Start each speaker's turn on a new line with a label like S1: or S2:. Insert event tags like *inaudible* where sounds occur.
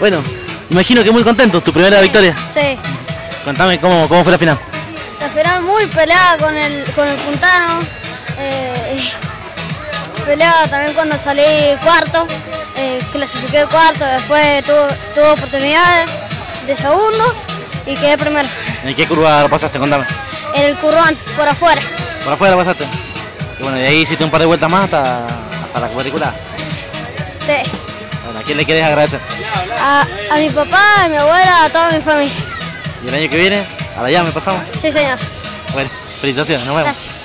S1: Bueno, imagino que muy contento, tu primera victoria.
S2: Sí,
S1: Contame cómo, cómo fue la final.
S2: la final muy peleada con el, con el puntano. eh, *laughs* peleada también cuando salí cuarto, eh, clasifiqué cuarto, después tuve tuve oportunidades de segundo y quedé primero.
S1: ¿En qué curva la pasaste? Contame.
S2: En el curván, por afuera.
S1: ¿Por afuera la pasaste? Y bueno, de ahí hiciste un par de vueltas más hasta, hasta la cuadrícula.
S2: Sí.
S1: Bueno, ¿a quién le querés agradecer?
S2: A, a mi papá, a mi abuela, a toda mi familia.
S1: Y el año que viene, a la llave pasamos.
S2: Sí, señor.
S1: Bueno, felicitaciones, nos vemos.
S2: Gracias.